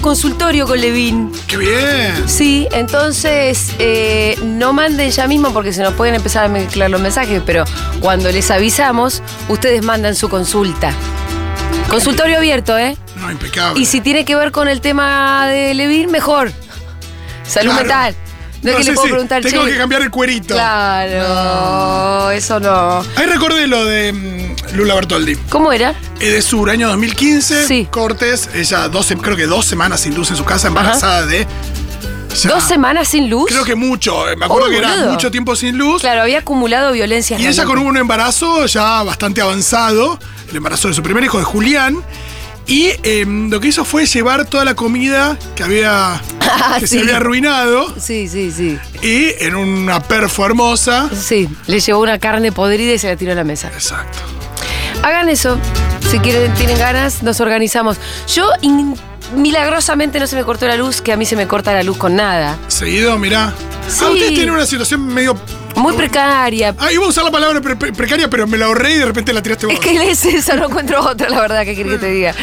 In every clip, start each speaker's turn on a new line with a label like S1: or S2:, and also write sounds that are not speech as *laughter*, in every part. S1: consultorio con Levin.
S2: ¡Qué bien!
S1: Sí, entonces eh, no manden ya mismo porque se nos pueden empezar a mezclar los mensajes, pero cuando les avisamos, ustedes mandan su consulta. Consultorio abierto, ¿eh?
S2: No, impecable.
S1: Y si tiene que ver con el tema de Levin, mejor. Salud
S2: Claro.
S1: mental. No, es
S2: No
S1: que
S2: sé
S1: le puedo
S2: si
S1: preguntar,
S2: Tengo
S1: che,
S2: que cambiar el cuerito.
S1: Claro, eso no.
S2: Ahí recordé lo de mm, Lula Bertoldi.
S1: ¿Cómo era?
S2: Eh, de Sur, año 2015.
S1: Sí.
S2: Cortes, ella 12, creo que dos semanas sin luz en su casa, embarazada de. ya-
S1: ¿Dos semanas sin luz?
S2: Creo que mucho. eh, Me acuerdo
S1: Uy,
S2: que era
S1: boludo.
S2: mucho tiempo sin luz.
S1: Claro, había acumulado violencia.
S2: Y ella con un embarazo ya bastante avanzado, el embarazo de su primer hijo, de Julián. Y em, lo que hizo fue llevar toda la comida que había
S1: *laughs*
S2: que
S1: Ah, sí.
S2: se había arruinado
S1: Sí, sí, sí.
S2: y en una perfo hermosa.
S1: Sí, le llevó una carne podrida y se la tiró a la mesa.
S2: Exacto.
S1: Hagan eso. Si quieren, tienen ganas, nos organizamos. Yo in- milagrosamente no se me cortó la luz, que a mí se me corta la luz con nada.
S2: Seguido, mirá.
S1: Sí.
S2: Ah, ustedes tienen una situación medio.
S1: Muy precaria.
S2: Ah, iba a usar la palabra pre- pre- precaria, pero me la ahorré y de repente la tiraste vos.
S1: Es que es eso, no encuentro otra, la verdad, que quiero que te diga.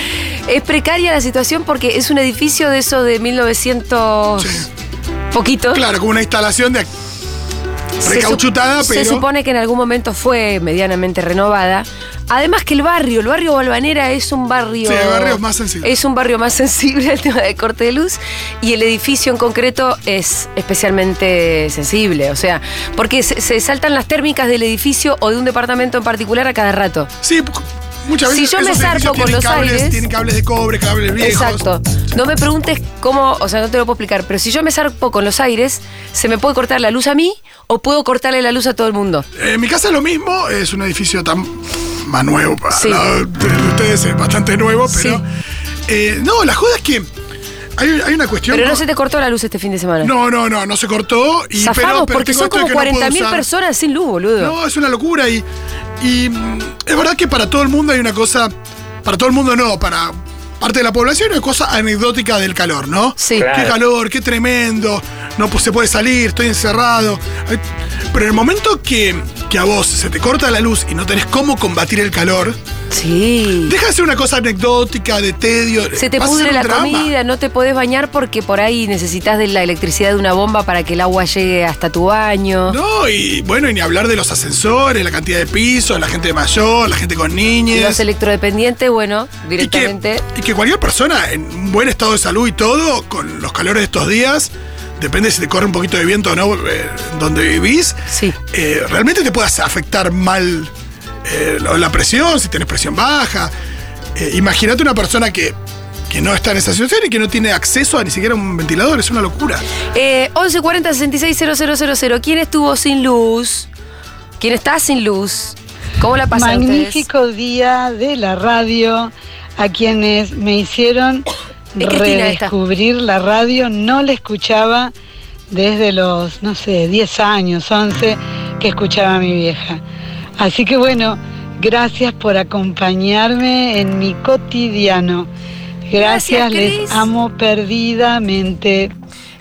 S1: Es precaria la situación porque es un edificio de eso de 1900...
S2: Sí.
S1: Poquito.
S2: Claro, como una instalación de.
S1: Se
S2: Recauchutada,
S1: sup-
S2: pero.
S1: Se supone que en algún momento fue medianamente renovada. Además que el barrio, el barrio Balvanera es un barrio...
S2: Sí, el barrio es más sensible.
S1: Es un barrio más sensible *laughs* al tema de corte de luz y el edificio en concreto es especialmente sensible, o sea, porque se, se saltan las térmicas del edificio o de un departamento en particular a cada rato.
S2: Sí, muchas
S1: Si
S2: veces.
S1: yo me
S2: esos
S1: zarpo
S2: edificios
S1: con
S2: tienen
S1: los
S2: cables,
S1: aires-
S2: Tienen cables de cobre, cables viejos.
S1: Exacto. No me preguntes cómo, o sea, no te lo puedo explicar, pero si yo me zarpo con los aires, ¿se me puede cortar la luz a mí o puedo cortarle la luz a todo el mundo?
S2: Eh, En mi casa es lo mismo, es un edificio tan más nuevo para
S1: Sí.
S2: la- de ustedes, es bastante nuevo, pero.
S1: Sí.
S2: eh, no, la joda es que hay, hay una cuestión.
S1: Pero no
S2: con-
S1: se te cortó la luz este fin de semana.
S2: no, no, no, no se cortó. Y,
S1: Zafamos
S2: pero, pero
S1: porque
S2: tengo
S1: son
S2: esto
S1: como
S2: de que no puedo
S1: 40.000
S2: usar.
S1: personas sin luz, boludo.
S2: No, es una locura y. y, mm, es verdad que para todo el mundo hay una cosa. Para todo el mundo no, para parte de la población hay una cosa anecdótica del calor, ¿no?
S1: Sí.
S2: Qué
S3: Claro.
S2: calor, qué tremendo. No pues, se puede salir, estoy encerrado. Ay, Pero en el momento que, que a vos se te corta la luz y no tenés cómo combatir el calor,
S1: Sí.
S2: deja de ser una cosa anecdótica, de tedio.
S1: Se te
S2: vas a ser
S1: pudre
S2: un
S1: la
S2: drama.
S1: comida, no te podés bañar porque por ahí necesitas de la electricidad de una bomba para que el agua llegue hasta tu baño.
S2: No, y bueno, y ni hablar de los ascensores, la cantidad de pisos, la gente mayor, la gente con niñas.
S1: Y Los electrodependientes, bueno,
S2: Y que-
S1: directamente.
S2: Y que, cualquier persona en un buen estado de salud y todo, con los calores de estos días, depende si te corre un poquito de viento o no, eh, donde vivís,
S1: Sí.
S2: eh, realmente te puedas afectar mal eh, lo- la presión, si tenés presión baja. Eh, Imagínate una persona que, que no está en esa situación y que no tiene acceso a ni siquiera un ventilador, es una locura.
S1: Eh, 1140 000 ¿Quién estuvo sin luz? ¿Quién está sin luz? ¿Cómo la pasan ustedes?
S4: Magnífico día de la radio a quienes me hicieron
S1: *coughs* Es Cristina esta.
S4: redescubrir la radio. No la escuchaba desde los, no sé, 10 años, 11, que escuchaba a mi vieja. Así que bueno, gracias por acompañarme en mi cotidiano.
S1: Gracias,
S4: Gracias,
S1: Cris.
S4: les amo perdidamente.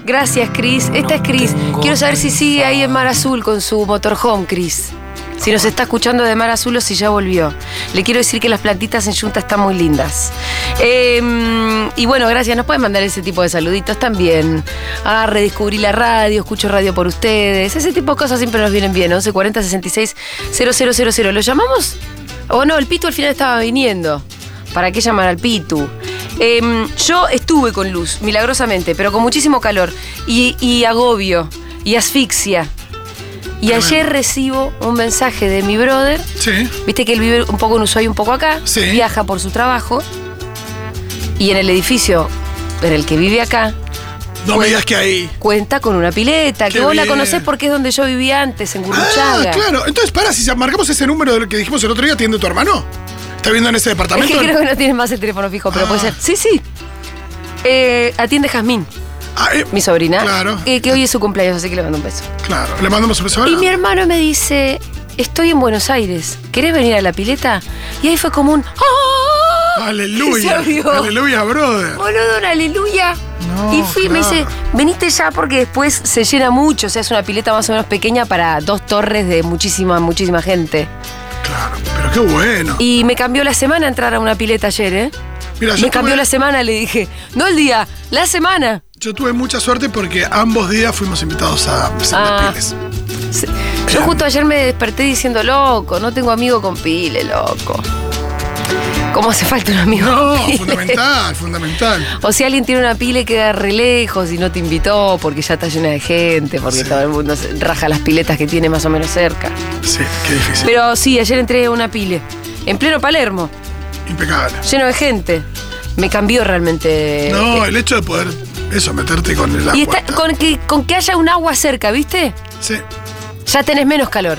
S1: Gracias, Cris. Esta es Cris. Quiero saber si sigue ahí en Mar Azul con su motorhome, Cris. Si nos está escuchando de Mar Azul o si ya volvió. Le quiero decir que las plantitas en Yunta están muy lindas. Eh, y bueno, gracias. Nos pueden mandar ese tipo de saluditos también. Ah, redescubrí la radio, escucho radio por ustedes. Ese tipo de cosas siempre nos vienen bien. 1140 66 000. ¿Lo llamamos? O no, el Pitu al final estaba viniendo. ¿Para qué llamar al Pitu? Em, yo estuve con luz, milagrosamente, pero con muchísimo calor y, y agobio y asfixia. Y
S2: Tremendo.
S1: ayer recibo un mensaje de mi brother.
S2: Sí.
S1: Viste que él vive un poco en Ushuaia, un poco acá.
S2: Sí.
S1: Viaja por su trabajo. Y en el edificio en el que vive acá,
S2: No me digas que ahí.
S1: cuenta con una pileta. que
S2: Qué
S1: vos la
S2: bien.
S1: conocés porque es donde yo vivía antes, en
S2: Ah,
S1: Gurruchaga.
S2: claro. Entonces, para, si marcamos ese número de lo que dijimos el otro día, ¿tiene tu hermano? ¿Está viendo en ese
S1: Es
S2: departamento?
S1: que creo que no tienes más el teléfono fijo, pero
S2: Ah.
S1: puede ser. Sí, sí. Eh, atiende Jazmín,
S2: Ah, eh,
S1: mi sobrina.
S2: Claro.
S1: eh, que hoy es su cumpleaños, así que le mando un beso.
S2: Claro, le mandamos un beso
S1: Y
S2: ahora.
S1: mi hermano me dice, estoy en Buenos Aires, ¿querés venir a la pileta? Y ahí fue como un... *laughs* ¡Ah! Se
S2: Aleluya.
S1: abrió.
S2: Aleluya, brother.
S1: Boludo, una aleluya.
S2: No,
S1: y fui y me dice,
S2: claro.
S1: veniste ya porque después se llena mucho, o sea, es una pileta más o menos pequeña para dos torres de muchísima, muchísima gente.
S2: Claro, pero qué bueno.
S1: Y me cambió la semana entrar a una pileta ayer, ¿eh?
S2: Mira, yo
S1: Me cambió
S2: tuve-
S1: la semana, le dije. No el día, la semana.
S2: Yo tuve mucha suerte porque ambos días fuimos invitados a presentar
S1: Ah.
S2: Piles.
S1: Se- Yo justo ayer me desperté diciendo, loco, no tengo amigo con pile, loco. ¿Cómo hace falta un amigo? *laughs*
S2: No,
S1: con pile?
S2: fundamental, fundamental.
S1: O si alguien tiene una pile que da re lejos y no te invitó porque ya está llena de gente, porque
S2: Sí.
S1: todo el mundo se- raja las piletas que tiene más o menos cerca.
S2: Sí, qué difícil.
S1: Pero sí, ayer entré a una pile, en pleno Palermo,
S2: Impecable.
S1: lleno de gente. Me cambió realmente.
S2: No, el hecho de poder, eso, meterte con el agua.
S1: y está,
S2: está-
S1: con, que, con que haya un agua cerca, ¿viste?
S2: Sí.
S1: Ya tenés menos calor.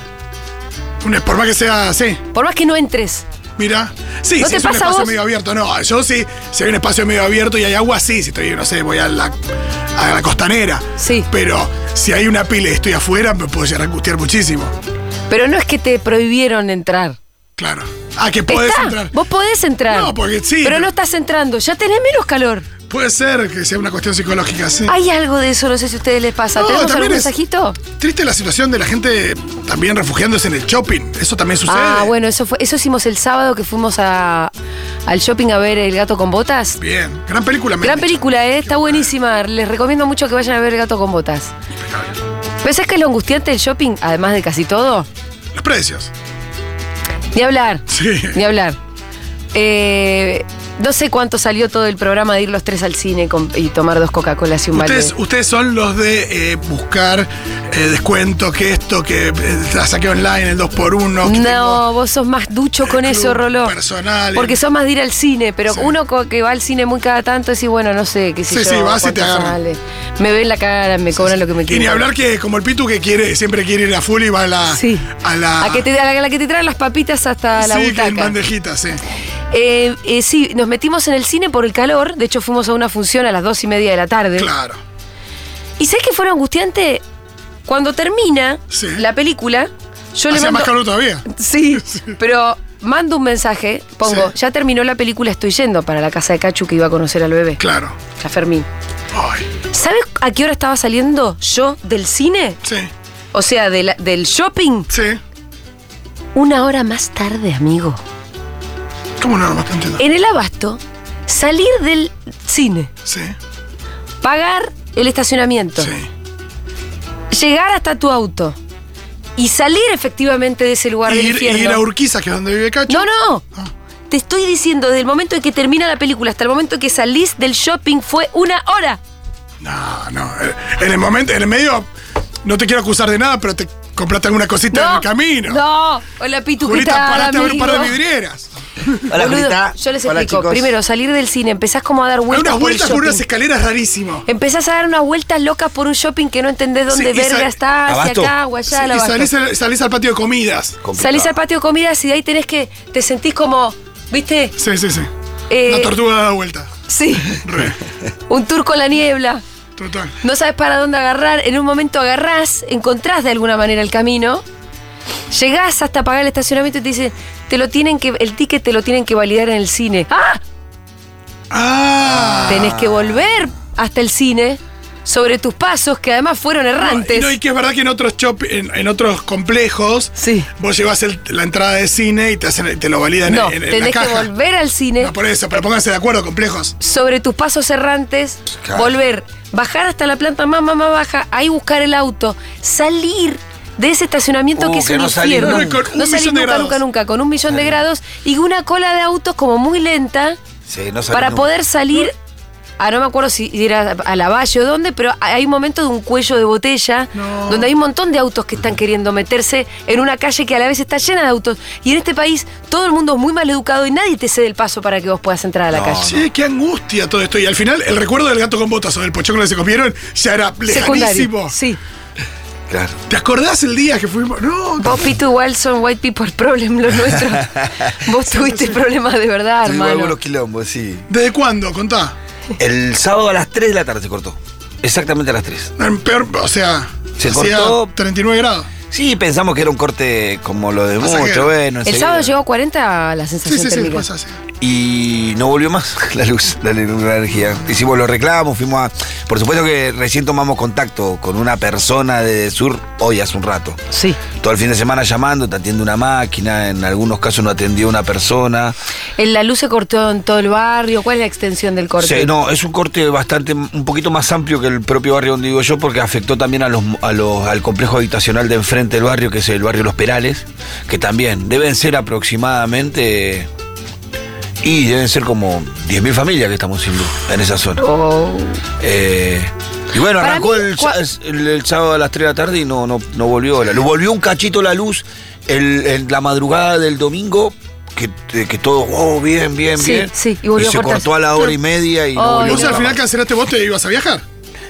S2: Un, por más que sea, sí,
S1: Por más que no entres.
S2: mira. Sí,
S1: ¿No
S2: si
S1: te
S2: es un
S1: pasa a
S2: espacio
S1: vos?
S2: medio abierto. No, yo sí, si hay un espacio medio abierto y hay agua, sí, si estoy, no sé, voy a la, a la costanera.
S1: Sí.
S2: Pero si hay una pile y estoy afuera, me puedo llegar a angustiar muchísimo.
S1: Pero no es que te prohibieron entrar.
S2: Claro. Ah, que podés
S1: Está,
S2: entrar.
S1: Vos podés entrar.
S2: No, porque sí,
S1: Pero
S2: pero-
S1: no estás entrando. Ya tenés menos calor.
S2: Puede ser que sea una cuestión psicológica, sí.
S1: Hay algo de eso, no sé si a ustedes les pasa.
S2: No,
S1: ¿Tenemos
S2: también
S1: algún
S2: es-
S1: mensajito?
S2: Triste la situación de la gente también refugiándose en el shopping. Eso también sucede.
S1: Ah, bueno, eso fue, eso hicimos el sábado que fuimos a, al shopping a ver El Gato con Botas.
S2: Bien. Gran película. me
S1: Gran
S2: han dicho.
S1: película, ¿eh? está
S2: Qué
S1: buenísima. Les recomiendo mucho que vayan a ver El Gato con Botas.
S2: impecable.
S1: ¿Pensás que es lo angustiante del shopping, además de casi todo?
S2: Los precios.
S1: Ni hablar,
S2: Sí.
S1: ni hablar. Eh, no sé cuánto salió todo el programa de ir los tres al cine con- y tomar dos Coca-Colas y un balde.
S2: Ustedes, ustedes son los de eh, buscar eh, descuento, que esto, que eh, la saqué online, el 2x1. que tengo-
S1: No, vos sos más ducho con
S2: el
S1: eso,
S2: club
S1: Roló.
S2: personal.
S1: Porque sos más de ir al cine, pero
S2: Sí.
S1: uno co- que va al cine muy cada tanto decís, bueno, no sé, qué sé
S2: Sí,
S1: yo.
S2: sí, vas y te
S1: cuánto
S2: agarran.
S1: sale. Me ven la cara, me cobran lo que me
S2: Y
S1: quieren.
S2: ni hablar que como el Pitu que quiere, siempre quiere ir a full y va a la.
S1: Sí.
S2: A la.
S1: A, que te, a la, a la que te traen las papitas hasta la
S2: sí, que en
S1: butaca.
S2: bandejita, sí.
S1: Eh, eh, sí, nos metimos en el cine por el calor. De hecho, fuimos a una función a las dos y media de la tarde.
S2: Claro.
S1: ¿Y sabés que fue angustiante? Cuando termina
S2: Sí.
S1: la película, yo le
S2: Hacía
S1: mando...
S2: más calor todavía. *laughs*
S1: Sí, pero mando un mensaje, pongo,
S2: Sí.
S1: ya terminó la película, estoy yendo para la casa de Cachu que iba a conocer al bebé,
S2: Claro.
S1: a Fermín.
S2: Ay,
S1: ¿Sabes a qué hora estaba saliendo yo del cine?
S2: sí,
S1: O sea, de la- del shopping.
S2: sí.
S1: Una hora más tarde, amigo.
S2: ¿Cómo no? No te entiendo.
S1: En el abasto, salir del cine,
S2: Sí,
S1: pagar el estacionamiento,
S2: sí.
S1: llegar hasta tu auto y salir efectivamente de ese lugar del
S2: Ir,
S1: infierno.
S2: ir a Urquiza, que es donde vive Cacho.
S1: No, no.
S2: Ah.
S1: Te estoy diciendo, desde el momento en que termina la película hasta el momento en que salís del shopping fue una hora.
S2: No, no. eh, En el momento, en el medio, no te quiero acusar de nada, pero te compraste alguna cosita en el camino.
S1: No, hola Pitu, ¿qué
S2: Julita,
S1: tal,
S2: parate a ver un par de
S1: amigo?
S2: vidrieras.
S3: Hola,
S1: Boludo,
S3: Julita.
S1: Yo les
S3: Hola,
S1: explico.
S3: chicos.
S1: Primero, salir del cine, empezás como a dar
S2: Hay
S1: vueltas.
S2: unas
S1: por
S2: vueltas
S1: el
S2: por unas
S1: shopping. Eh,
S2: escaleras rarísimo.
S1: Empezás a dar unas vueltas locas por un shopping que no entendés dónde
S2: y
S1: verga
S2: sal-
S1: está, hacia
S3: Abasto.
S1: acá o pues allá.
S2: Sí,
S1: la
S2: y
S1: baja.
S2: salís, al- salís al patio de comidas.
S3: Complicado.
S1: Salís al patio de comidas y de ahí tenés que. Te sentís como. ¿Viste?
S2: Sí, sí, sí.
S1: Eh,
S2: La tortuga da vuelta.
S1: Sí. *laughs*
S2: Re.
S1: Un turco en la niebla.
S2: Total.
S1: No sabes para dónde agarrar. En un momento agarrás, encontrás de alguna manera el camino. Llegás hasta pagar el estacionamiento y te dicen, te lo tienen que, el ticket te lo tienen que validar en el cine. ¡Ah!
S2: Ah.
S1: Tenés que volver hasta el cine sobre tus pasos, que además fueron errantes.
S2: No, y que es verdad que en otros shop, en, en otros complejos,
S1: Sí.
S2: vos llevas el- la entrada de cine y te, hacen, te lo validan
S1: No,
S2: en, en- en la
S1: tenés que
S2: caja.
S1: volver al cine
S2: No, por eso, pero pónganse de acuerdo, complejos.
S1: sobre tus pasos errantes,
S3: Claro.
S1: volver, bajar hasta la planta más, más, más baja, ahí buscar el auto, salir de ese estacionamiento
S3: Uh,
S1: que es
S3: que
S1: un
S3: no salís
S1: infierno.
S3: nunca.
S2: Con un
S1: no salís
S2: millón de
S1: nunca,
S2: grados.
S1: nunca, nunca, con un millón de grados y una cola de autos como muy lenta
S3: Sí, no salís
S1: para
S3: nunca.
S1: poder salir. Ah, no me acuerdo si era a la valle o dónde, pero hay un momento de un cuello de botella
S2: No.
S1: donde hay un montón de autos que están queriendo meterse en una calle que a la vez está llena de autos. Y en este país todo el mundo es muy mal educado y nadie te cede el paso para que vos puedas entrar a la
S3: No,
S1: calle.
S2: Sí, qué angustia todo esto. Y al final, el recuerdo del gato con botas o del pochoclo que se comieron ya era lejanísimo.
S1: Secundario. Sí.
S3: Claro.
S2: ¿Te acordás el día que fuimos? No,
S1: Vos, Pitu, igual son white people problem, lo
S3: *laughs*
S1: nuestro. Vos tuviste problemas de verdad,
S3: Tuvimos
S1: hermano.
S3: algunos quilombos, sí.
S2: ¿desde cuándo? Contá.
S3: El sábado a las 3 de la tarde se cortó. Exactamente a las 3.
S2: En peor, o sea,
S3: Se
S2: hacía
S3: cortó.
S2: 39 grados.
S3: Sí, pensamos que era un corte como lo de
S2: Pasajero.
S3: mucho, bueno.
S1: El
S3: enseguida.
S1: sábado llegó a 40 la
S2: Sí,
S1: sensación
S2: sí, sí,
S1: térmica.
S2: pasa así.
S3: y no volvió más *laughs* la luz, la, luz, la energía. Hicimos los reclamos, fuimos a... Por supuesto que recién tomamos contacto con una persona de Sur hoy, hace un rato.
S1: Sí.
S3: Todo el fin de semana llamando, te atiende una máquina, en algunos casos no atendió una persona.
S1: El- La luz se cortó en todo el barrio. ¿Cuál es la extensión del corte?
S3: Sí, no, es un corte bastante, un poquito más amplio que el propio barrio donde vivo yo, porque afectó también a los, a los- al complejo habitacional de enfrente del barrio, que es el barrio Los Perales, que también deben ser aproximadamente. Y deben ser como 10.000 familias que estamos sin luz en esa zona.
S1: Oh.
S3: Eh, y bueno,
S1: Para
S3: arrancó
S1: mí,
S3: el,
S1: cua-
S3: sa- el- el sábado a las 3 de la tarde y no, no, no volvió la luz. Volvió un cachito la luz el- en la madrugada del domingo, que, te- que todo, oh, bien, bien,
S1: Sí,
S3: bien.
S1: sí, y volvió Oh,
S3: se
S1: a cortar.
S3: cortó a la hora y media y
S1: Ay,
S3: no volvió.
S2: ¿Vos
S1: no.
S2: al
S3: nunca
S2: final
S3: más.
S2: cancelaste vos te ibas a viajar?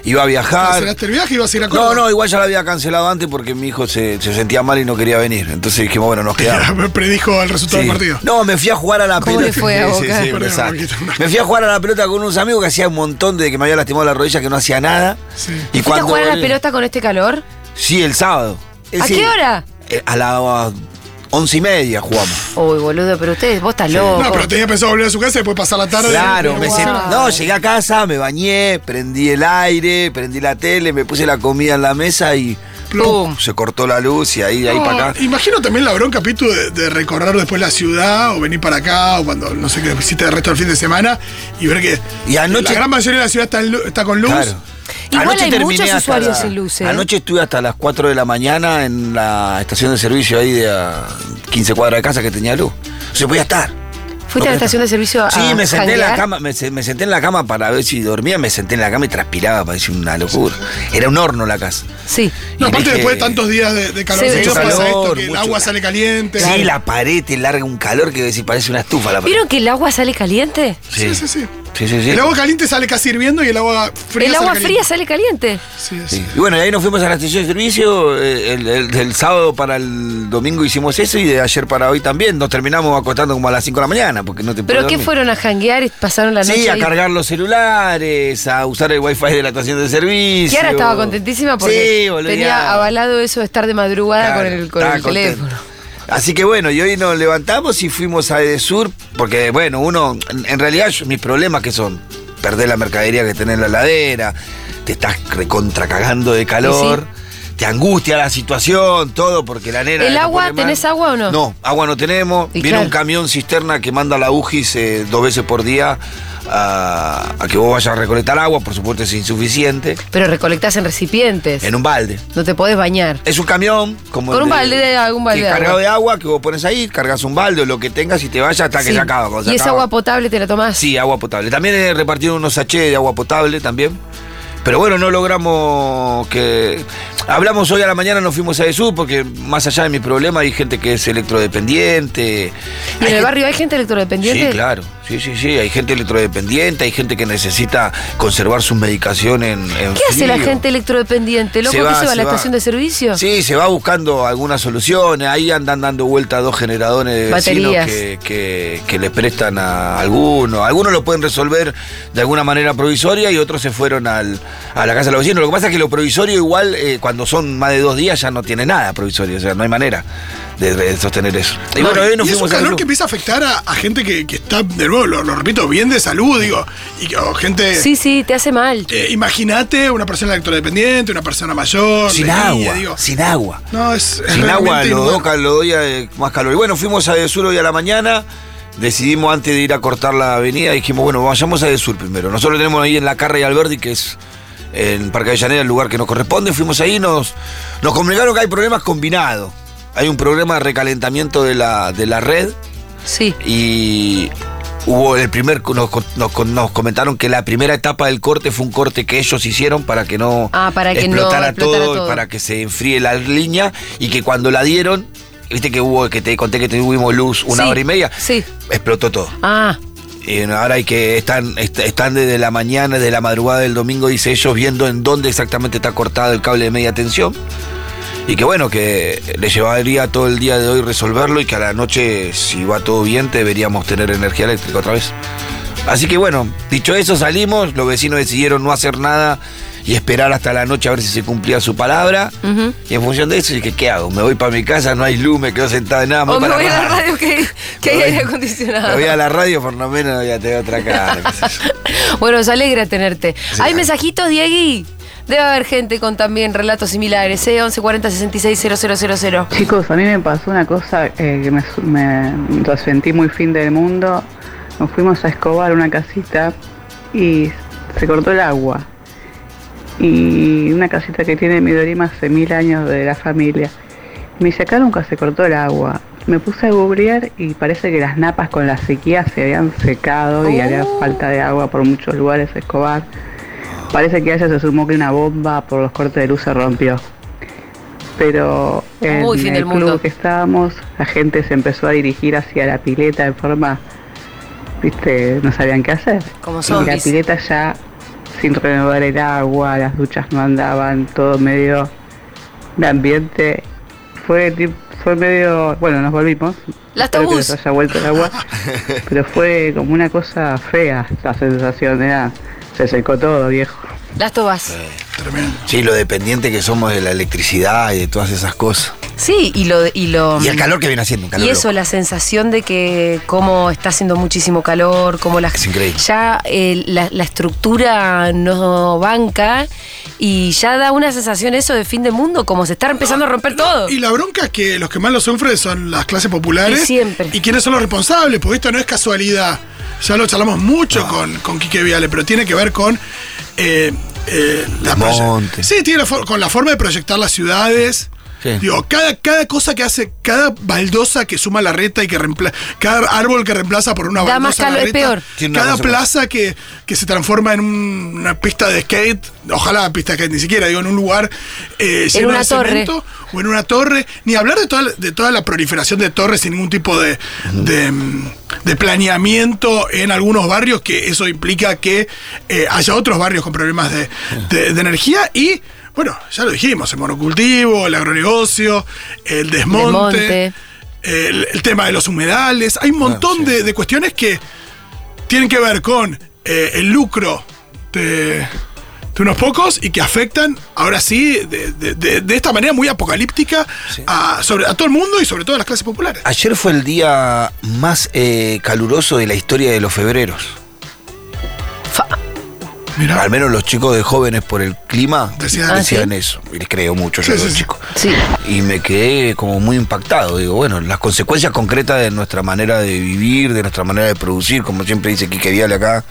S3: Iba a viajar.
S2: ¿Cancelaste el viaje y ibas a ir a
S3: Ah, No,
S2: Córdoba?
S3: no, igual ya la había cancelado antes porque mi hijo se, se sentía mal y no quería venir. Entonces dijimos, bueno, nos quedamos.
S2: Me *laughs* predijo el resultado
S3: Sí.
S2: del partido.
S3: No, me fui a jugar a la
S1: ¿Cómo
S3: pelota.
S1: le fue a
S3: Sí,
S1: Boca?
S3: sí, sí, un desastre.
S2: Perdón, poquito.
S3: me fui a jugar a la pelota con unos amigos que hacía un montón de que me había lastimado la rodilla, que no hacía nada.
S2: Sí.
S3: Y
S1: ¿Fuiste a
S3: cuando
S1: jugar a la
S3: volví-
S1: pelota con este calor?
S3: Sí, el sábado. Eh,
S1: ¿A
S3: sí.
S1: qué hora?
S3: Eh, a las once y media jugamos.
S1: Uy, boludo, pero ustedes, vos estás
S2: No,
S1: loco.
S2: pero tenía pensado volver a su casa y después pasar la tarde.
S3: Claro, me
S2: Wow.
S3: sen- no, llegué a casa, me bañé, prendí el aire, prendí la tele, me puse la comida en la mesa y
S1: Plum.
S3: ¡pum! se cortó la luz y ahí, de ahí para acá.
S2: Imagino también la bronca, Pitu, de, de recorrer después la ciudad o venir para acá o cuando, no sé, qué visite el resto del fin de semana y ver que
S3: Y anoche-
S2: la gran mayoría de la ciudad está, en lu- está con luz.
S3: Claro.
S1: Igual hay
S3: terminé
S1: muchos
S3: hasta
S1: usuarios
S3: la-
S1: sin luz, ¿eh?
S3: Anoche estuve hasta las 4 de la mañana en la estación de servicio ahí de a 15 cuadras de casa que tenía luz. Se podía estar.
S1: ¿Fuiste a la estación de servicio a
S3: Sí, me senté, en la
S1: janguear?
S3: cama, me, se- me senté en la cama para ver si dormía, me senté en la cama y transpiraba, parecía una locura. Era un horno la casa.
S1: Sí.
S2: No,
S3: Y
S2: aparte
S3: dije-
S2: después de tantos días de, de calor,
S1: Sí,
S2: seguido
S1: mucho
S2: pasa
S3: calor,
S2: esto, que el
S3: mucho-
S2: agua sale caliente.
S3: Sí, la pared te larga un calor que decís, parece una estufa la pared.
S1: ¿Vieron que el agua sale caliente?
S2: Sí, sí, sí.
S3: Sí, sí, sí.
S2: El agua caliente sale casi hirviendo y el agua fría
S1: el
S2: sale
S1: agua fría
S2: caliente.
S1: sale caliente.
S2: Sí, sí.
S3: Sí. Y bueno, de ahí nos fuimos a la estación de servicio, eh, el, el- del sábado para el domingo hicimos eso y de ayer para hoy también. Nos terminamos acostando como a las 5 de la mañana porque no te
S1: ¿Pero
S3: podés
S1: qué
S3: dormir.
S1: fueron a janguear y pasaron la noche
S3: Sí, a
S1: ahí?
S3: cargar los celulares, a usar el wifi de la estación de servicio.
S1: Kiara estaba contentísima porque
S3: Sí, boludeaba.
S1: tenía avalado eso de estar de madrugada
S3: Claro,
S1: con el, con
S3: estaba
S1: el
S3: contento.
S1: teléfono.
S3: Así que bueno, y hoy nos levantamos y fuimos a Edesur, porque bueno, uno, en, en realidad yo- mis problemas que son perder la mercadería que tenés en la heladera, te estás recontra cagando de calor, te angustia la situación, todo, porque la nena...
S1: ¿El
S3: la
S1: agua,
S3: pone mal.
S1: tenés agua o no?
S3: No, agua no tenemos.
S1: Y
S3: Viene
S1: claro.
S3: un camión cisterna que manda la UGIS eh, dos veces por día a, a que vos vayas a recolectar agua, por supuesto es insuficiente,
S1: Pero recolectás en recipientes.
S3: en un balde.
S1: No te podés bañar.
S3: Es un camión como
S1: Con
S3: el
S1: un balde de agua, un balde
S3: que
S1: de
S3: cargado
S1: agua.
S3: de agua que vos pones ahí, cargas un balde o lo que tengas y te vayas hasta que
S1: Sí.
S3: se acaba. cuando se
S1: ¿Y esa
S3: acaba-
S1: agua potable te la tomás?
S3: Sí, agua potable. También he repartido unos sachets de agua potable también. Pero bueno, no logramos que. Hablamos hoy a la mañana, nos fuimos a ESU porque más allá de mi problema hay gente que es electrodependiente.
S1: ¿Y
S3: Hay
S1: en el
S3: gente-
S1: barrio hay gente electrodependiente?
S3: Sí, claro. Sí, sí, sí. Hay gente electrodependiente, hay gente que necesita conservar sus medicaciones en, en
S1: ¿Qué hace la
S3: frío.
S1: gente electrodependiente? ¿Loco
S3: Se
S1: que
S3: va,
S1: se va a
S3: se
S1: la
S3: va.
S1: estación de servicio?
S3: Sí, se va buscando algunas soluciones. Ahí andan dando vuelta dos generadores de vecinos
S1: Baterías.
S3: que, que- que le prestan a algunos. Algunos lo pueden resolver de alguna manera provisoria y otros se fueron al, a la casa de los vecinos. Lo que pasa es que lo provisorio igual, eh, cuando son más de dos días, ya no tiene nada provisorio. O sea, no hay manera de, de sostener eso. Y bueno, hoy nos
S2: y es un
S3: fuimos a
S2: calor
S3: Perú.
S2: que empieza a afectar a, a gente que, que está, de nuevo, lo, lo repito, bien de salud, digo, y que- o gente...
S1: Sí, sí, te hace mal.
S2: eh, Imagínate una persona electrodependiente, una persona mayor.
S3: Sin
S2: leña,
S3: agua,
S2: digo.
S3: sin agua.
S2: No, es. es
S3: Sin agua
S2: realmente
S3: lo
S2: inhumano.
S3: doca, lo doy eh, más calor. Y bueno, fuimos a Desur hoy a la mañana. Decidimos antes de ir a cortar la avenida, dijimos, bueno, vayamos a Desur primero. Nosotros tenemos ahí en la Carra y Alberdi, que es en Parque Avellaneda, el lugar que nos corresponde. Fuimos ahí, nos, nos comunicaron que hay problemas combinados. Hay un problema de recalentamiento de la, de la red
S1: Sí.
S3: y hubo el primer nos, nos- nos comentaron que la primera etapa del corte fue un corte que ellos hicieron para que no
S1: Ah, para que no
S3: explotara,
S1: explotara
S3: todo, y
S1: todo.
S3: para que se enfríe la línea y que cuando la dieron viste que hubo que te conté que tuvimos luz una
S1: Sí,
S3: hora y media
S1: sí.
S3: explotó todo
S1: Ah,
S3: y ahora hay que están est- están desde la mañana desde la madrugada del domingo dice ellos viendo en dónde exactamente está cortado el cable de media tensión y que bueno, que le llevaría todo el día de hoy resolverlo y que a la noche, si va todo bien, deberíamos tener energía eléctrica otra vez. Así que bueno, dicho eso, salimos, los vecinos decidieron no hacer nada y esperar hasta la noche a ver si se cumplía su palabra.
S1: Ujú.
S3: Y en función de eso dije, ¿qué hago? Me voy para mi casa, no hay luz, me quedo sentado en nada más.
S1: O me
S3: para
S1: voy a la
S3: nada.
S1: radio que, que hay
S3: Me voy-
S1: aire acondicionado.
S3: Me voy a la radio, por lo menos ya te veo otra cara. qué sé
S1: *laughs*
S3: yo.
S1: Bueno, nos alegra tenerte.
S3: Sí.
S1: ¿Hay mensajitos, Diegui? Debe haber gente con también relatos similares. ¿eh? 11 40 66 000.
S5: Chicos, a mí me pasó una cosa eh, que me, su- me- lo sentí muy fin del mundo. Nos fuimos a escobar una casita y se cortó el agua. Y una casita que tiene mi dorima hace mil años de la familia. Me dice, acá nunca se cortó el agua. Me puse a googlear y parece que las napas con la sequía se habían secado y había falta de agua por muchos lugares de escobar. Parece que a ella se sumó que una bomba por los cortes de luz se rompió pero en
S1: Muy fin
S5: el
S1: del
S5: club
S1: mundo.
S5: que estábamos, la gente se empezó a dirigir hacia la pileta en forma, viste, no sabían qué hacer.
S1: Como
S5: y la
S1: zombies.
S5: pileta ya sin renovar el agua, las duchas no andaban, todo medio de ambiente. Fue, tip- fue medio, bueno, nos volvimos.
S1: Las
S5: Espero que
S1: tabús.
S5: les haya vuelto el agua, pero fue como una cosa fea la sensación, era, se secó todo, viejo.
S1: Las tobas.
S2: Tremendo.
S3: Sí, lo dependiente que somos de la electricidad y de todas esas cosas.
S1: Sí, y lo. Y, lo,
S3: Y el calor que viene haciendo, un calor.
S1: Y eso,
S3: loco.
S1: la sensación de que cómo está haciendo muchísimo calor, cómo la,
S3: Es increíble.
S1: ya eh, la, la estructura no banca y ya da una sensación eso de fin de mundo, como se está empezando a romper todo.
S2: Y la bronca es que los que más lo sufren son las clases populares.
S1: Y siempre.
S2: ¿Y quiénes son los responsables? Porque esto no es casualidad. Ya lo charlamos mucho
S3: Ah.
S2: con, con Quique Viale, pero tiene que ver con. eh, eh, la proye-
S3: Monte.
S2: Sí, tiene la for- con la forma de proyectar las ciudades.
S3: Sí.
S2: Digo, cada, cada cosa que hace, cada baldosa que suma la reta y que reemplaza, cada árbol que reemplaza por una
S1: Da
S2: baldosa.
S1: más
S2: la
S1: calor, es
S2: reta,
S1: peor.
S3: Tiene una
S2: Cada
S3: consecuencia.
S2: plaza que, que se transforma en un- una pista de skate, ojalá pista de skate ni siquiera, digo, en un lugar eh, lleno
S1: una
S2: de
S1: torre.
S2: cemento, o en una torre, ni hablar de toda, la- de toda la proliferación de torres sin ningún tipo de, de, mm, de planeamiento en algunos barrios, que eso implica que eh, haya otros barrios con problemas de, de- de energía y... Bueno, ya lo dijimos, el monocultivo, el agronegocio, el desmonte,
S1: Desmonte.
S2: El, el tema de los humedales. Hay un montón de, de cuestiones que tienen que ver con eh, el lucro de, de unos pocos y que afectan, ahora sí, de, de- de- de esta manera muy apocalíptica a, sobre, a todo el mundo y sobre todo a las clases populares.
S3: Ayer fue el día más eh, caluroso de la historia de los febreros.
S1: Fa-
S2: Mirá.
S3: Al menos los chicos de jóvenes por el clima
S2: Decían-
S1: ¿Ah,
S3: decían eso. Y les creo mucho yo
S2: Sí,
S3: a los
S2: sí, sí.
S3: chicos.
S1: sí.
S3: Y me quedé como muy impactado. Digo, bueno, las consecuencias concretas de nuestra manera de vivir, de nuestra manera de producir, como siempre dice Quique Viale acá,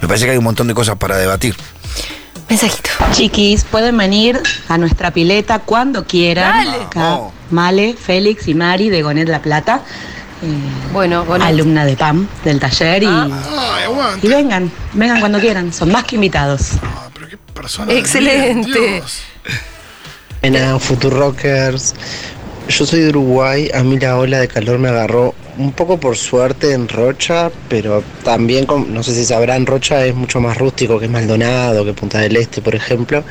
S3: me parece que hay un montón de cosas para debatir.
S1: Mensajito.
S6: Chiquis, pueden venir a nuestra pileta cuando quieran.
S1: Dale.
S6: Acá,
S3: Oh.
S6: Male, Félix y Mari de Gonet La Plata, eh,
S1: Bueno, bueno.
S6: alumna de PAM del taller. Y,
S7: Ah.
S2: Ay,
S6: y
S2: aguante.
S6: vengan, vengan cuando quieran, son más que invitados.
S2: Ah, pero qué persona. de
S1: Excelente.
S2: mierda, Dios.
S8: Buenas, Futurockers. Yo soy de Uruguay, a mí la ola de calor me agarró un poco por suerte en Rocha, pero también, con- no sé si sabrán, Rocha es mucho más rústico que Maldonado, que Punta del Este, por ejemplo.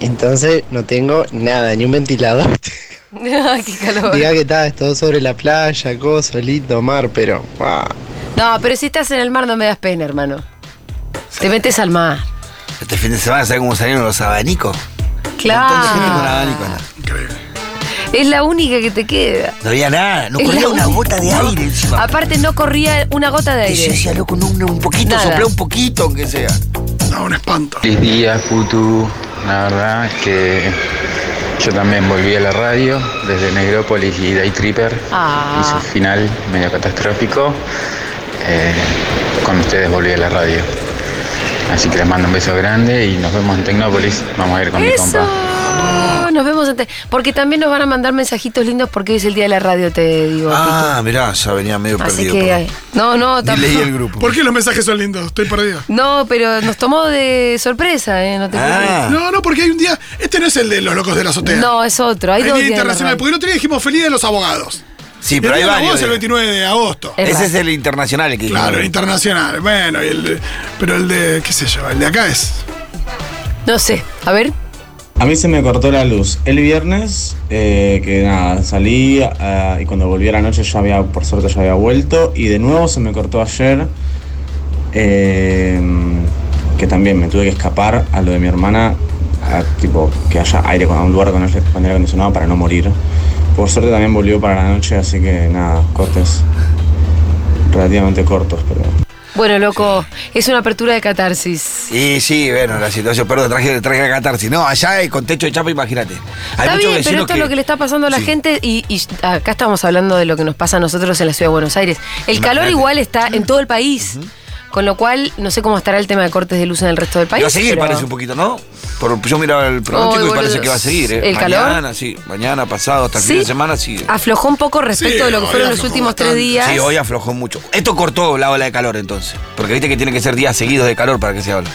S8: Entonces no tengo nada, ni un ventilador.
S1: *laughs*
S8: *laughs*
S1: Ay, qué calor.
S8: Diga que está, es todo sobre la playa, cosa, lindo mar, pero... ¡guau!
S1: No, pero si estás en el mar no me das pena, hermano. Te metes al mar.
S3: Este fin de semana, ¿sabes cómo salieron los abanicos? Un montón de gente con
S1: Claro.
S3: abanicos, no.
S2: Increíble.
S1: Es la única que te queda.
S3: No había nada, no
S1: Es
S3: corría
S1: la
S3: una
S1: única.
S3: gota de aire encima.
S1: Aparte no corría una gota de
S3: Y yo
S1: aire.
S3: decía, loco, no, no, un poquito,
S1: Nada.
S3: soplé un poquito, aunque sea.
S2: No, un espanto.
S9: Feliz día, Futu. La verdad que yo también volví a la radio desde Negrópolis y Day Tripper.
S1: Ah.
S9: Y su final medio catastrófico. Eh, con ustedes volví a la radio. Así que les mando un beso grande y nos vemos en Tecnópolis. Vamos a ir con mi
S1: Eso.
S9: compa.
S1: Nos vemos antes. Porque también nos van a mandar mensajitos lindos porque hoy es el día de la radio, te digo.
S3: Ah, mirá, ya venía medio
S1: Pitu. Así
S3: perdido.
S1: que.
S3: perdón.
S1: ay, No, no,
S3: Ni leí el
S1: tampoco.
S3: grupo.
S2: ¿Por qué los mensajes son lindos? Estoy perdido.
S1: No, pero nos tomó de sorpresa, ¿eh? No te
S3: Ah.
S2: No, no, porque hay un día. Este no es el de los locos de la
S1: preocupes.
S2: azotea.
S1: No, es otro. Hay
S2: el
S1: dos
S2: día
S1: días. de la
S2: internacional. Porque
S1: radio.
S2: el otro día dijimos feliz de los abogados.
S3: Sí,
S2: Y
S3: pero
S2: el
S3: hay
S2: día de los abogados
S3: varios.
S2: es el 29 de agosto.
S1: Es
S3: Ese
S1: verdad.
S3: es el internacional que
S2: Claro, el
S3: dijimos.
S2: internacional. Bueno, y el de- pero el de, qué sé yo, el de acá es.
S1: No sé. A ver.
S10: A mí se me cortó la luz el viernes, eh, que nada, salí ah, y cuando volví a la noche ya había, por suerte ya había vuelto, y de nuevo se me cortó ayer, em, eh, que también me tuve que escapar a lo de mi hermana a- tipo, que haya aire con un lugar con aire con aire acondicionado para no morir. Por suerte también volvió para la noche, así que nada, cortes relativamente cortos, pero
S1: Bueno, loco, es una apertura de catarsis.
S3: Y sí, bueno, la situación, perdón, traje, traje la catarsis. No, allá eh, con techo de chapa, imagínate. Hay
S1: está bien,
S3: muchos
S1: pero
S3: vecinos
S1: esto es lo que le está pasando a la
S3: Sí.
S1: gente y, y acá estamos hablando de lo que nos pasa a nosotros en la ciudad de Buenos Aires. El calor
S3: Imagínate.
S1: igual está en todo el país, con lo cual no sé cómo estará el tema de cortes de luz en el resto del país.
S3: Va a seguir,
S1: pero-
S3: parece un poquito, ¿no? Por- yo miraba el pronóstico
S1: Ay,
S3: y parece
S1: boludo.
S3: que va a seguir, ¿eh?
S1: ¿El calor?
S3: mañana, sí. Mañana, pasado, hasta el
S1: Sí.
S3: fin de semana, sigue.
S1: Aflojó un poco respecto
S2: Sí,
S1: de lo que
S2: hoy
S1: fueron los
S2: aflojó
S1: últimos tres
S2: bastante.
S1: días.
S3: Sí, hoy aflojó mucho. Esto cortó la ola de calor entonces. Porque viste que tienen que ser días seguidos de calor para que se hable.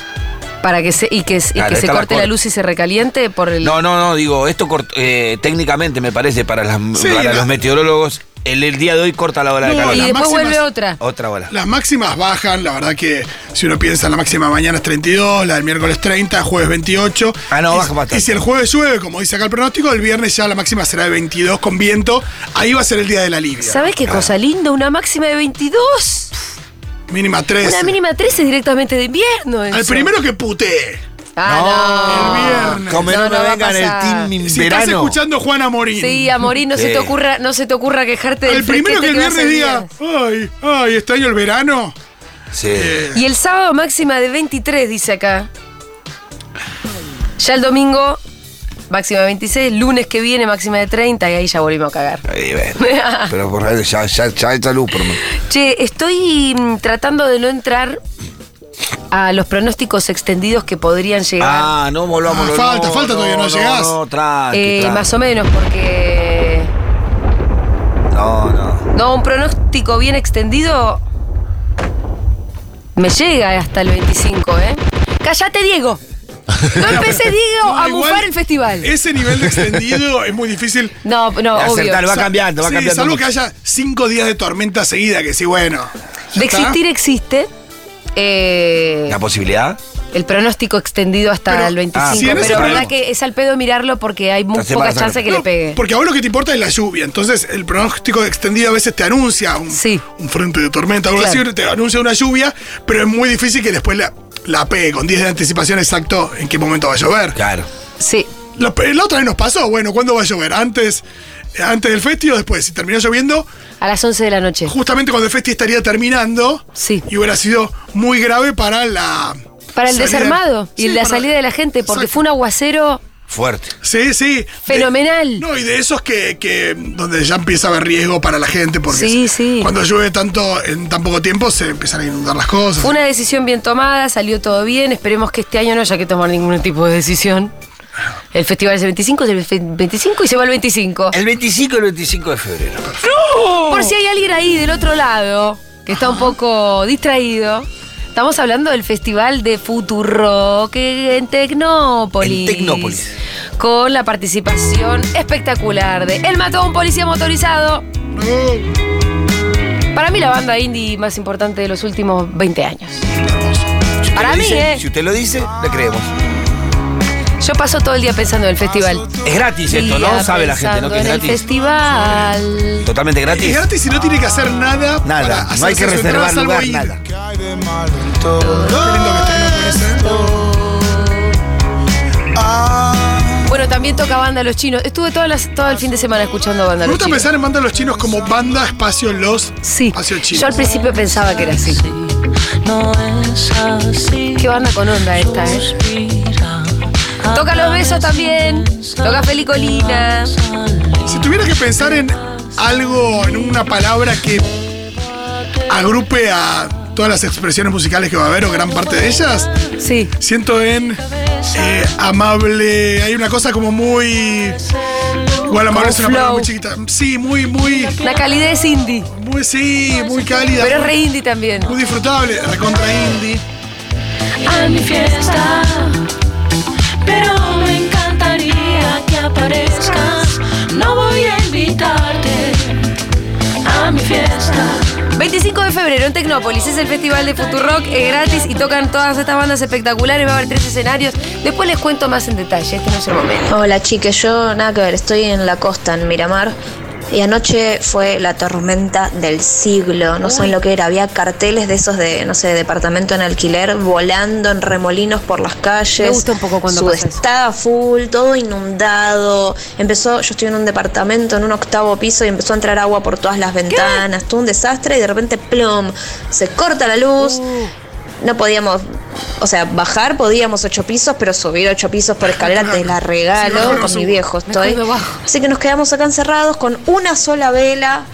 S1: Para que se, y que, y
S3: Claro,
S1: que se
S3: está la
S1: corte la,
S3: corte.
S1: luz y se recaliente por el.
S3: No, no, no, digo, esto cortó, eh, técnicamente me parece para, las-
S2: Sí,
S3: para
S2: la-
S3: los meteorólogos, el, el día de hoy corta la ola de
S2: No,
S3: calor.
S1: y
S2: las
S1: después
S2: máximas-
S1: vuelve otra.
S3: Otra ola.
S2: Las máximas bajan, la verdad que si uno piensa, la máxima mañana es 32, la del miércoles 30, jueves 28.
S3: Ah, no,
S2: y,
S3: baja bastante.
S2: Y si el jueves llueve, como dice acá el pronóstico, el viernes ya la máxima será de 22 con viento. Ahí va a ser el día de la alivio.
S1: ¿Sabes qué cosa linda? Una máxima de 22.
S2: Mínima 3.
S1: Una mínima 13 directamente de invierno.
S2: Al
S1: eso.
S2: primero que putee.
S1: Ah, no.
S2: El viernes.
S3: Como
S1: No,
S3: no,
S1: no
S3: me
S1: va a
S3: vengan
S1: pasar.
S3: el team
S2: Si estás
S3: verano.
S2: escuchando Juana Morín.
S1: Sí, Amorín, no se
S3: Sí.
S1: te ocurra, no se te ocurra quejarte del
S2: al primero
S1: fresquete
S2: que el
S1: va a hacer
S2: viernes diga, ay, ay, este año el verano. eh,
S3: Sí.
S1: Y el sábado máxima de 23, dice acá. Ya el domingo, máxima de 26, lunes que viene, máxima de 30, y ahí ya volvimos a cagar.
S3: Ahí ven.
S1: *laughs*
S3: Pero por ahí ya, ya, ya está luz, por mí.
S1: Che, estoy mm, tratando de no entrar a los pronósticos extendidos que podrían llegar.
S3: Ah, no volvamos.
S2: Ah,
S3: no,
S2: falta, falta, todavía no llegás.
S3: No, tranqui,
S1: Eh,
S3: tranqui.
S1: más o menos, porque.
S3: No, no.
S1: No, un pronóstico bien extendido. Me llega hasta el 25, ¿eh? ¡Cállate, Diego!
S2: *laughs*
S1: No empecé, Diego, a
S2: igual,
S1: bufar el festival.
S2: Ese nivel
S1: *laughs*
S2: de extendido es muy difícil.
S1: No, no, obvio.
S3: Acertalo, va
S2: Sa-
S3: cambiando, va
S2: sí,
S3: cambiando.
S2: Salvo
S3: mucho.
S2: que haya cinco días de tormenta seguida, que sí, bueno. ya
S1: De
S2: está.
S1: existir existe. eh,
S3: ¿La posibilidad?
S1: el pronóstico extendido hasta
S2: Pero,
S1: el 25.
S3: ah, si en
S1: pero
S2: ese
S1: la verdad
S2: problema-
S1: que es al pedo mirarlo porque hay muy
S3: Esta
S1: poca
S3: semana
S1: chance que
S2: No,
S1: le pegue.
S2: Porque a vos lo que te importa es la lluvia. Entonces, el pronóstico extendido a veces te anuncia un,
S1: Sí.
S2: un frente de tormenta, algo
S1: Claro.
S2: así, te anuncia una lluvia, pero es muy difícil que después la, la pegue con 10 de anticipación exacto en qué momento va a llover.
S3: Claro.
S1: Sí.
S2: La, la otra vez nos pasó, bueno, ¿cuándo va a llover? ¿Antes, antes del festi o después? Si terminó lloviendo,
S1: A las 11 de la noche.
S2: justamente cuando el festi estaría terminando
S1: Sí.
S2: y hubiera sido muy grave para la...
S1: Para el
S2: salida-
S1: desarmado y
S2: Sí,
S1: la
S2: para-
S1: salida de la gente, porque
S2: Exacto.
S1: fue un aguacero
S3: Fuerte.
S2: Sí, sí.
S1: Fenomenal.
S2: De- no, y de esos que, que- donde ya empieza a haber riesgo para la gente, porque
S1: Sí,
S2: es-
S1: sí.
S2: cuando llueve tanto en tan poco tiempo se empiezan a inundar las cosas.
S1: Fue una decisión bien tomada, salió todo bien. Esperemos que este año no haya que tomar ningún tipo de decisión. El festival es el 25, es el fe- 25 y se va el 25.
S3: El 25 y el 25 de febrero. Oh.
S1: Por si hay alguien ahí del otro lado que está un poco distraído. Estamos hablando del festival de Futuro en Tecnópolis.
S3: En Tecnópolis.
S1: Con la participación espectacular de El Mató a un Policía Motorizado. Para mí la banda indie más importante de los últimos 20 años.
S3: Si usted
S1: Para
S3: lo
S1: mí,
S3: dice,
S1: ¿eh?
S3: Si usted lo dice, le creemos.
S1: Yo paso todo el día pensando en el festival.
S3: Es gratis esto,
S1: Día
S3: ¿no? Sabe la gente, ¿no?
S1: pensando
S3: Que es
S1: en el
S3: gratis.
S1: festival.
S3: Totalmente
S2: Y
S3: gratis.
S2: gratis y no tiene que hacer nada. para
S3: Nada, no hay
S2: hacerse
S3: que
S2: su entrada,
S3: reservar
S2: salvo
S3: lugar,
S2: ir.
S3: nada.
S2: Qué lindo que esté, ¿no? Puede ser.
S1: Bueno, también toca banda los chinos. Estuve todas las- todo el fin de semana escuchando banda
S2: Me
S1: los
S2: gusta
S1: chinos.
S2: pensar en banda los chinos como banda, espacio, los,
S1: Sí.
S2: espacio chino.
S1: Yo al principio pensaba que era así. Qué banda con onda esta, ¿eh? Toca los besos también. Toca Felicolina.
S2: Si tuviera que pensar en algo, en una palabra que agrupe a todas las expresiones musicales que va a haber o gran parte de ellas,
S1: Sí.
S2: siento en eh, amable. Hay una cosa como muy. Igual amable
S1: Como
S2: es una palabra
S1: flow.
S2: muy chiquita. Sí, muy, muy.
S1: La calidez indie.
S2: Muy, sí, muy cálida.
S1: Pero es re indie también.
S2: muy disfrutable, recontra indie.
S7: a mi fiesta. Pero me encantaría que aparezcas. No voy a invitarte a mi fiesta.
S1: 25 de febrero en Tecnópolis es el festival de Futurock, es gratis y tocan todas estas bandas espectaculares, va a haber tres escenarios. Después les cuento más en detalle, este no es el momento.
S11: Hola chiques, yo nada que ver, estoy en la costa, en Miramar, Y anoche fue la tormenta del siglo, no saben lo que era, había carteles de esos de, no sé, de departamento en alquiler volando en remolinos por las calles.
S1: Me gusta un poco cuando pasa eso.
S11: Sudestada full, todo inundado. Empezó, yo estoy en un departamento en un octavo piso y empezó a entrar agua por todas las ventanas, todo un desastre y de repente plom, se corta la luz. No podíamos, o sea, bajar podíamos ocho pisos, pero subir ocho pisos por escalera te la regalo
S1: Sí, mejor no
S11: con mi
S1: subo.
S11: viejo
S1: Mejor
S11: estoy.
S1: me bajo.
S11: Así que nos quedamos acá encerrados con una sola vela.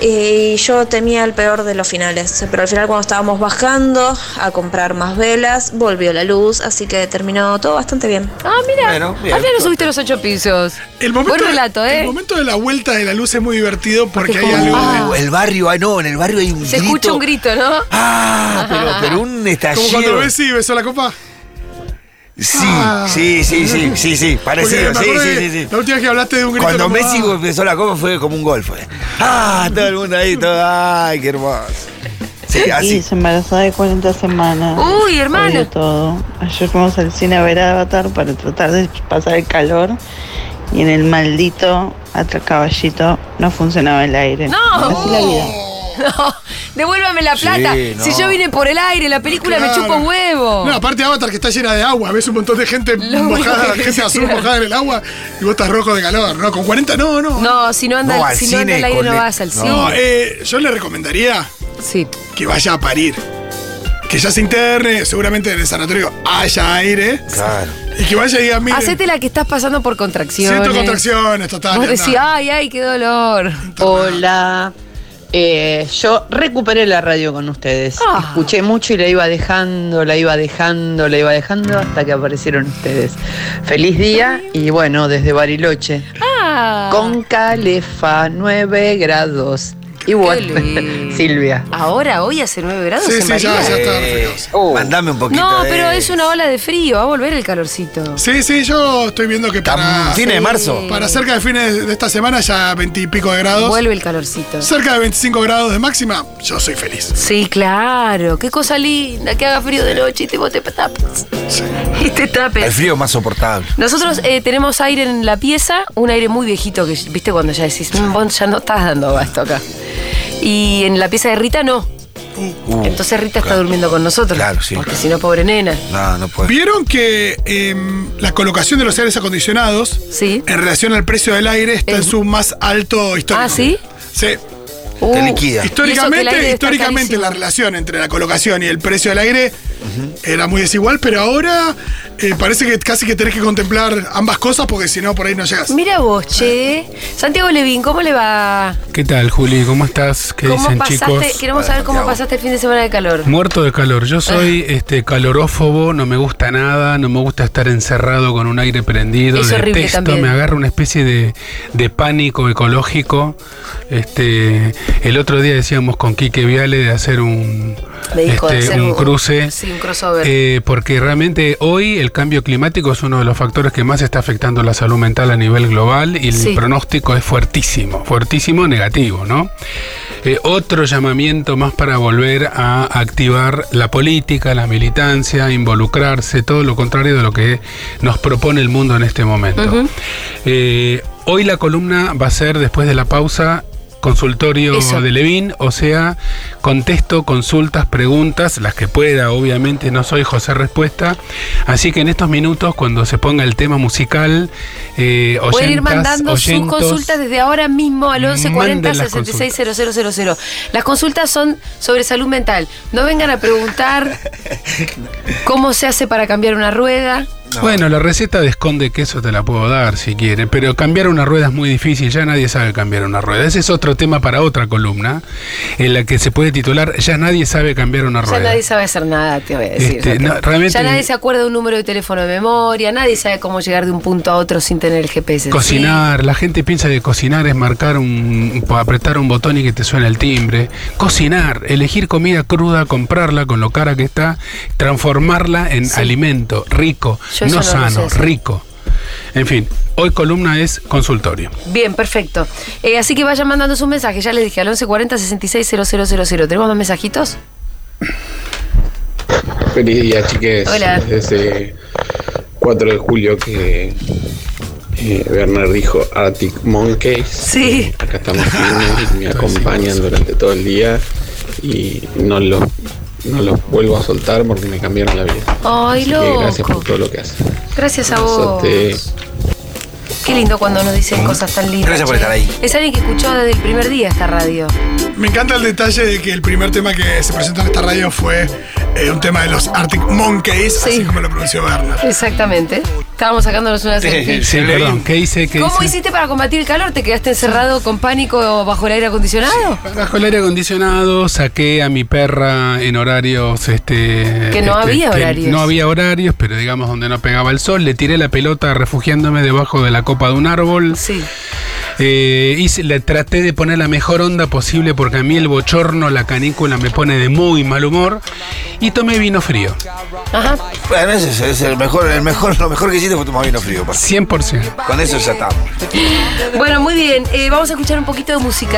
S11: eh, Y yo temía el peor de los finales. Pero al final cuando estábamos bajando a comprar más velas, volvió la luz, así que terminó todo bastante bien.
S1: Ah, mira.
S11: Bueno, bien.
S1: Al menos subiste los ocho pisos.
S2: El momento,
S1: Buen relato, ¿eh?
S2: el momento de la vuelta de la luz es muy divertido porque hay
S1: como,
S2: algo. de-
S1: ah.
S3: El barrio, ah, no, en el barrio hay un
S1: Se
S3: grito.
S1: escucha un grito, ¿no? *laughs*
S3: Ah, pero, pero un
S2: Como
S3: estallido.
S2: cuando Messi besó la copa.
S3: Sí,
S2: Ah.
S3: sí, sí, sí, sí, sí,
S2: Porque
S3: parecido,
S2: me
S3: sí,
S2: acuerdo
S3: sí,
S2: que
S3: sí, sí.
S2: La última vez que hablaste de un grito.
S3: Cuando
S2: como,
S3: Messi
S2: ah,
S3: empezó la copa fue como un gol, fue. Ah, todo el mundo ahí, todo, ay, qué hermoso. Sí,
S12: Y
S3: así.
S12: se embarazada de 40 semanas.
S1: Uy, hermano.
S12: Odio todo. Ayer fuimos al cine a ver Avatar para tratar de pasar el calor. Y en el maldito atracaballito no funcionaba el aire.
S1: No.
S12: Así la vida.
S1: No, devuélvame la plata.
S2: no.
S1: Si yo vine por el aire, la película me
S2: claro.
S1: chupa un huevo.
S2: No, aparte Avatar que está llena de agua, ves un montón de
S1: *laughs*
S2: gente
S1: Lo
S2: mojada,
S1: único que
S2: gente azul
S1: quisiera.
S2: mojada en el agua y vos estás rojo de calor. No, con 40 no, no.
S1: No, si no anda,
S3: No, al
S1: si no anda
S3: cine
S1: el aire,
S3: con
S1: no
S3: el-
S1: vas al
S3: no.
S1: cine.
S2: No, eh, yo le recomendaría
S1: Sí.
S2: que vaya a parir. Que ya se interne, seguramente en el sanatorio haya aire.
S3: Claro.
S2: Y que vaya y diga, miren,
S1: Hacete la que estás pasando por contracciones.
S2: siento contracciones, total.
S1: Vos
S2: anda.
S1: decís, ay, ay, qué dolor.
S13: Hola. Eh, yo recuperé la radio con ustedes.
S1: Ah.
S13: Escuché mucho y la iba dejando, la iba dejando, la iba dejando hasta que aparecieron ustedes. Feliz día y bueno, desde Bariloche.
S1: Ah.
S13: Con Calefa, 9 grados. Y bueno, *laughs*
S1: lindo.
S13: Silvia.
S1: Ahora, hoy hace 9 grados
S2: Sí,
S1: en
S2: sí, ya,
S1: Bahía.
S2: ya está.
S3: Eh,
S2: refrigeroso.
S3: mandame un poquito.
S1: No,
S3: de-
S1: pero es una ola de frío, va a volver el calorcito.
S2: Sí, sí, yo estoy viendo que
S1: Ah,
S2: para.
S3: Tam- fines de marzo.
S2: Para cerca de fines de esta semana, ya 20 y pico de grados.
S1: Vuelve el calorcito.
S2: Cerca de 25 grados de máxima, yo soy feliz.
S1: Sí, claro. Qué cosa linda, que haga frío de noche y te, vos te tapes. *laughs* Y te
S3: El
S1: tapes.
S3: frío es más soportable.
S1: Nosotros eh, tenemos aire en la pieza, un aire muy viejito que, viste, cuando ya decís, "Mm, vos ya no estás dando abasto acá. Y en la pieza de Rita no.
S3: Uh,
S1: Entonces Rita está
S3: claro.
S1: durmiendo con nosotros.
S3: Claro, sí.
S1: Porque si no, pobre nena.
S3: No, no puede.
S2: ¿Vieron que em, la colocación de los aires acondicionados
S1: Sí.
S2: en relación al precio del aire está en su más alto histórico?
S1: Eh. Ah, ¿sí?
S2: Sí.
S3: Te
S1: Uh.
S3: liquida.
S1: Y eso que el aire
S2: Históricamente,
S1: está
S2: históricamente
S1: carísimo.
S2: la relación entre la colocación y el precio del aire era muy desigual, pero ahora eh, parece que casi que tenés que contemplar ambas cosas porque si no por ahí no llegas.
S1: Mira vos, che. Santiago Levín, ¿cómo le va?
S14: ¿Qué tal, Juli? ¿Cómo estás? ¿Qué
S1: ¿Cómo
S14: dicen,
S1: pasaste?
S14: chicos?
S1: Queremos saber cómo pasaste el fin de semana de calor.
S14: Muerto de calor. Yo
S1: Ah.
S14: soy este calorófobo, no me gusta nada, no me gusta estar encerrado con un aire prendido,
S1: Es horrible
S14: detesto,
S1: también.
S14: me agarra una especie de, de pánico ecológico. Este, el otro día decíamos con Quique Viale de hacer un,
S1: Me dijo de
S14: este,
S1: hacer
S14: un
S1: un-
S14: cruce.
S1: sí, un crossover.
S14: Eh, porque realmente hoy el cambio climático es uno de los factores que más está afectando la salud mental a nivel global y el
S1: Sí.
S14: pronóstico es fuertísimo, fuertísimo negativo, ¿no? Eh, otro llamamiento más para volver a activar la política, la militancia, involucrarse, todo lo contrario de lo que nos propone el mundo en este momento. Eh, hoy la columna va a ser, después de la pausa, consultorio
S1: Eso.
S14: de Levín, o sea, contesto consultas, preguntas, las que pueda, obviamente no soy José Respuesta, así que en estos minutos, cuando se ponga el tema musical, eh,
S1: Pueden ir
S14: oyentas,
S1: mandando sus
S14: oyentos,
S1: consultas desde ahora mismo al 1140
S14: Manden las
S1: 660000. Las consultas son sobre salud mental. No vengan a
S3: *laughs*
S1: preguntar cómo se hace para cambiar una rueda.
S14: Bueno, la receta de esconde queso te la puedo dar si quiere, pero cambiar una rueda es muy difícil, ya nadie sabe cambiar una rueda. Ese es otro tema para otra columna, en la que se puede titular Ya nadie sabe cambiar una
S1: Ya
S14: rueda.
S1: nadie sabe hacer nada, te voy a decir.
S14: Este,
S1: Santiago.
S14: no, realmente-
S1: ya nadie se acuerda de un número de teléfono de memoria, nadie sabe cómo llegar de un punto a otro sin tener el GPS.
S14: Cocinar, la gente piensa que cocinar es marcar un, apretar un botón y que te suena el timbre. Cocinar, elegir comida cruda, comprarla con lo cara que está, transformarla en alimento rico,
S1: Yo eso
S14: no
S1: no lo sé
S14: sano,
S1: hacer.
S14: rico. En fin, hoy columna es consultorio.
S1: Bien, perfecto. Eh, así que vayan mandando sus mensajes. Ya les dije al 1140 660000. ¿Tenemos más mensajitos?
S15: Feliz día, chiques. eh,
S1: Hola.
S15: Desde ese 4 de julio que Eh, Bernard dijo Arctic Monkeys. Sí. acá
S1: *laughs*
S15: estamos firmes y me acompañan durante todo el día y no los, no los vuelvo a soltar porque me cambiaron la vida.
S1: Ay,
S15: Así que
S1: loco.
S15: gracias por todo lo que hacen.
S1: Gracias a vos.
S15: Besote.
S1: Qué lindo cuando nos
S14: Mm.
S1: dicen cosas tan lindas.
S3: Gracias por
S1: che.
S3: estar ahí.
S1: Es alguien que escuchó desde el primer día esta radio.
S2: Me encanta el detalle de que el primer tema que se presentó en esta radio fue eh, un tema de los Arctic Monkeys, así como lo pronunció Bernard.
S1: Exactamente. Estábamos sacándonos una selfie.
S14: Sí, perdón, ¿qué hice? ¿Qué
S1: ¿Cómo
S14: hice?
S1: hiciste para combatir el calor? ¿Te quedaste encerrado con pánico bajo el aire acondicionado?
S14: Bajo el aire acondicionado saqué a mi perra en horarios este
S1: Que no
S14: este,
S1: había
S14: que
S1: horarios.
S14: No había horarios, pero digamos donde no pegaba el sol, le tiré la pelota refugiándome debajo de la copa de un árbol.
S1: Sí.
S14: y le traté de poner la mejor onda posible porque a mí el bochorno, la canícula me pone de muy mal humor y tomé vino frío.
S1: Ajá.
S3: Bueno, ese es, es el mejor, el mejor, lo mejor que hiciste fue tomar vino frío.
S14: 100%.
S3: Con eso ya estamos.
S1: Bueno, muy bien. Eh, vamos a escuchar un poquito de música.